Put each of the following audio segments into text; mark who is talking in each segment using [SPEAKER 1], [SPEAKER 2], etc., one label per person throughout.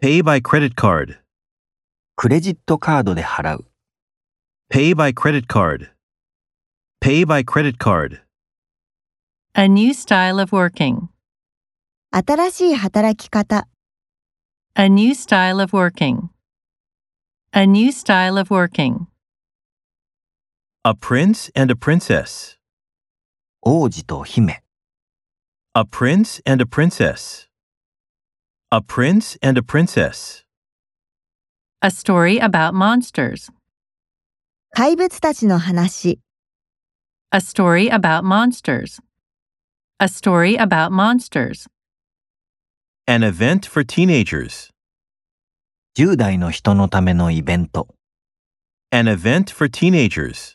[SPEAKER 1] Pay by credit card.
[SPEAKER 2] クレジットカードで払う。
[SPEAKER 1] Pay by credit card. Pay by credit card.
[SPEAKER 3] A new style of working.
[SPEAKER 4] 新しい働き方、
[SPEAKER 3] A new style of working. A new style of working.
[SPEAKER 1] A prince and a princess.
[SPEAKER 2] 王子と姫。
[SPEAKER 1] A prince and a princess. A prince and a princess.
[SPEAKER 3] A story about monsters.
[SPEAKER 4] 怪物たちの話、
[SPEAKER 3] A story about monsters. A story about monsters.
[SPEAKER 1] An event for teenagers.
[SPEAKER 2] 10代の人のためのイベント。
[SPEAKER 1] An event for teenagers.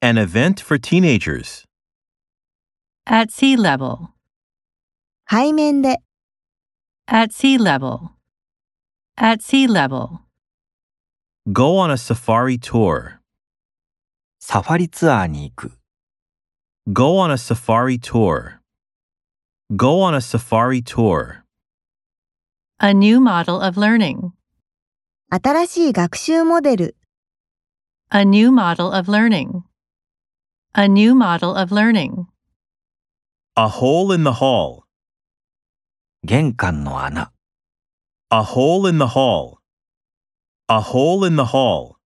[SPEAKER 1] An event for teenagers.
[SPEAKER 3] At sea level.
[SPEAKER 4] 背面で、
[SPEAKER 3] At sea level. At sea level.
[SPEAKER 1] Go on a safari tour.
[SPEAKER 2] サファリツアーに行く。
[SPEAKER 1] Go on a safari tour. Go on a safari tour.
[SPEAKER 3] A new model of learning.
[SPEAKER 4] 新しい学習モデル、
[SPEAKER 3] A new model of learning. A new model of learning.
[SPEAKER 1] A hole in the hall.
[SPEAKER 2] 玄関の穴。
[SPEAKER 1] A hole in the hall. A hole in the hall.